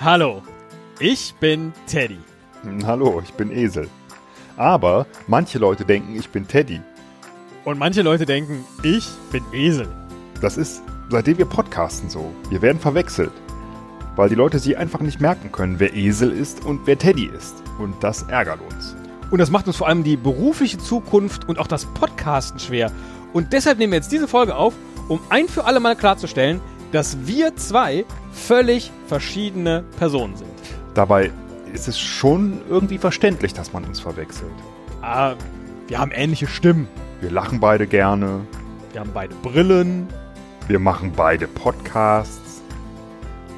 Hallo, ich bin Teddy. Hm, Hallo, ich bin Esel. Aber manche Leute denken, ich bin Teddy. Und manche Leute denken, ich bin Esel. Das ist, seitdem wir podcasten so. Wir werden verwechselt. Weil die Leute sich einfach nicht merken können, wer Esel ist und wer Teddy ist. Und das ärgert uns. Und das macht uns vor allem die berufliche Zukunft und auch das Podcasten schwer. Und deshalb nehmen wir jetzt diese Folge auf, um ein für alle Mal klarzustellen, dass wir zwei völlig verschiedene Personen sind. Dabei ist es schon irgendwie verständlich, dass man uns verwechselt. Ah, wir haben ähnliche Stimmen. Wir lachen beide gerne. Wir haben beide Brillen. Wir machen beide Podcasts.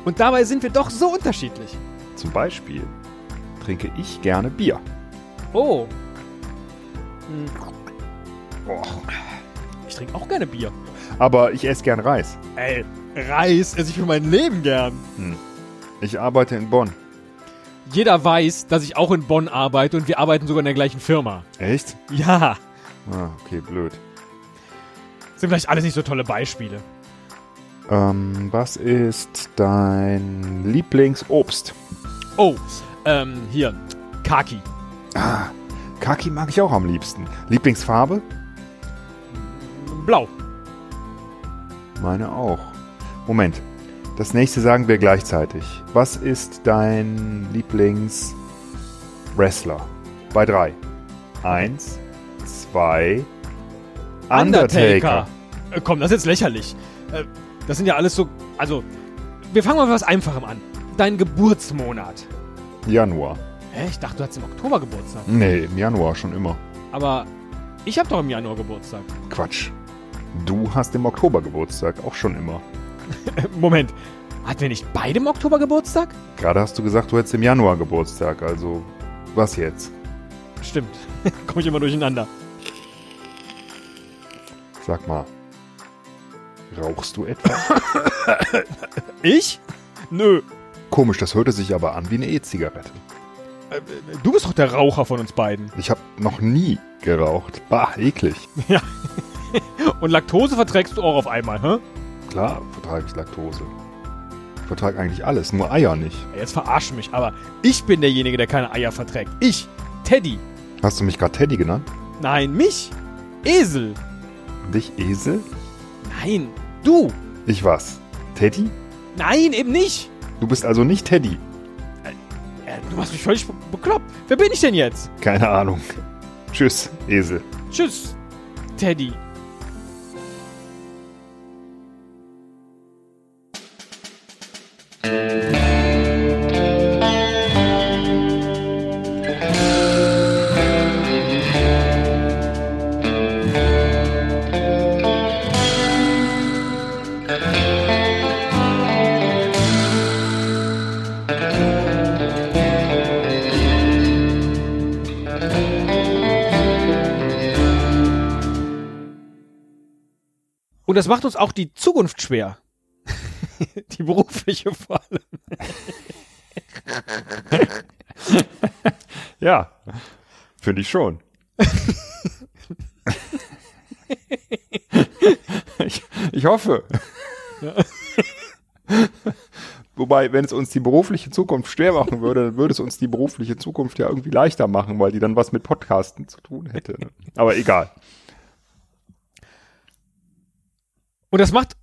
Und dabei sind wir doch so unterschiedlich. Zum Beispiel trinke ich gerne Bier. Oh, Hm, Och. ich trinke auch gerne Bier. Oh, Aber ich esse gern Reis. Ey, Reis esse ich für mein Leben gern. Ich arbeite in Bonn. Jeder weiß, dass ich auch in Bonn arbeite und wir arbeiten sogar in der gleichen Firma. Echt? Ja, Ah, okay, blöd. sind vielleicht alles nicht so tolle Beispiele. Ähm, was ist dein Lieblingsobst? Oh, ähm, hier, Kaki. Kaki mag ich auch am liebsten. Lieblingsfarbe? Blau. Meine auch. Moment. Das nächste sagen wir gleichzeitig. Was ist dein Lieblingswrestler? Bei drei. Eins, zwei. Undertaker. Äh, komm, das ist jetzt lächerlich. Äh, das sind ja alles so. Also, wir fangen mal mit was Einfachem an. Dein Geburtsmonat. Januar. Hä? Ich dachte, du hattest im Oktober Geburtstag. Nee, im Januar schon immer. Aber ich habe doch im Januar Geburtstag. Quatsch. Du hast im Oktober Geburtstag, auch schon immer. Äh, Moment. Hatten wir nicht beide im Oktober Geburtstag? Gerade hast du gesagt, du hättest im Januar Geburtstag, also was jetzt? Stimmt. Komme ich immer durcheinander. Sag mal. Rauchst du etwa? Ich? Nö. Komisch, das hörte sich aber an wie eine E-Zigarette. Äh, äh, Du bist doch der Raucher von uns beiden. Ich habe noch nie geraucht. Bah, eklig. Und Laktose verträgst du auch auf einmal, hä? Klar, vertrage ich Laktose. Ich vertrage eigentlich alles, nur Eier nicht. Jetzt verarsch mich, aber ich bin derjenige, der keine Eier verträgt. Ich, Teddy. Hast du mich gerade Teddy genannt? Nein, mich. Esel. Dich Esel? Nein, du. Ich was? Teddy? Nein, eben nicht. Du bist also nicht Teddy. Äh, Du hast mich völlig be- bekloppt. Wer bin ich denn jetzt? Keine Ahnung. Tschüss, Esel. Tschüss, Teddy. Und das macht uns auch die Zukunft schwer. die berufliche vor allem. Ja, finde ich schon. ich, ich hoffe. Ja. Wobei, wenn es uns die berufliche Zukunft schwer machen würde, dann würde es uns die berufliche Zukunft ja irgendwie leichter machen, weil die dann was mit Podcasten zu tun hätte. ne? Aber egal. Und das macht.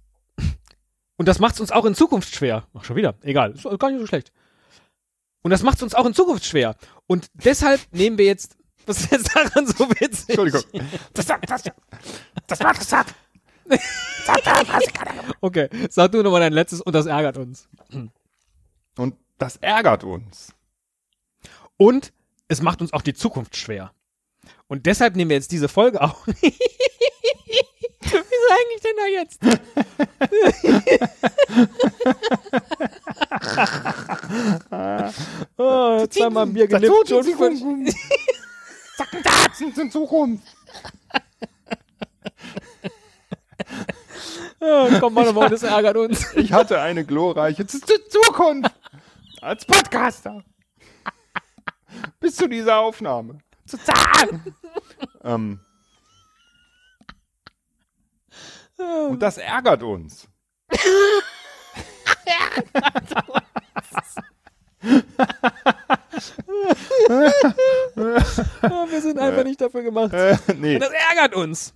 Und das macht's uns auch in Zukunft schwer. Ach, schon wieder. Egal. Ist gar nicht so schlecht. Und das macht's uns auch in Zukunft schwer. Und deshalb nehmen wir jetzt. Was ist jetzt daran so witzig? Entschuldigung. Das, das, das, das war das. das. Okay, sag du nochmal dein letztes und das ärgert uns. Und das ärgert uns. Und es macht uns auch die Zukunft schwer. Und deshalb nehmen wir jetzt diese Folge auf. Wieso eigentlich denn da jetzt? oh, jetzt haben wir Bier genippt und völlig- Daten sind Zukunft. Oh, komm mal nochmal, das ärgert uns. Ich hatte eine glorreiche Z Z Zukunft als Podcaster. Bis zu dieser Aufnahme. Zu zahlen. ähm. Und das ärgert uns. Äh. Äh, ärgert uns.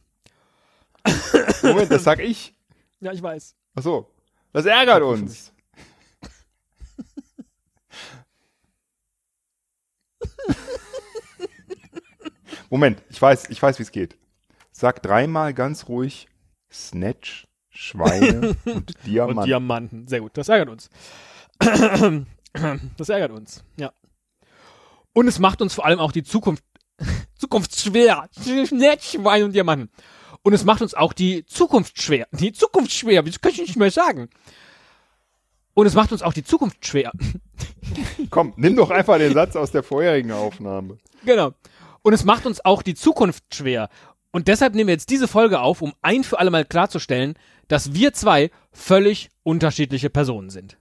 Moment, das sag ich. Ja, ich weiß. Ach so. Das ärgert uns. Moment, ich weiß, ich weiß, wie es geht. Sag dreimal ganz ruhig Snatch, Schweine und Diamant. Und Oh, Diamanten. Sehr gut. Das ärgert uns. Das ärgert uns. Ja. Und es macht uns vor allem auch die Zukunft, Zukunft schwer. Schnell Schwein und Diamanten. Und es macht uns auch die Zukunft schwer. Die Zukunft schwer. Das kann ich nicht mehr sagen. Und es macht uns auch die Zukunft schwer. Komm, nimm doch einfach den Satz aus der vorherigen Aufnahme. Genau. Und es macht uns auch die Zukunft schwer. Und deshalb nehmen wir jetzt diese Folge auf, um ein für alle Mal klarzustellen, dass wir zwei völlig unterschiedliche Personen sind.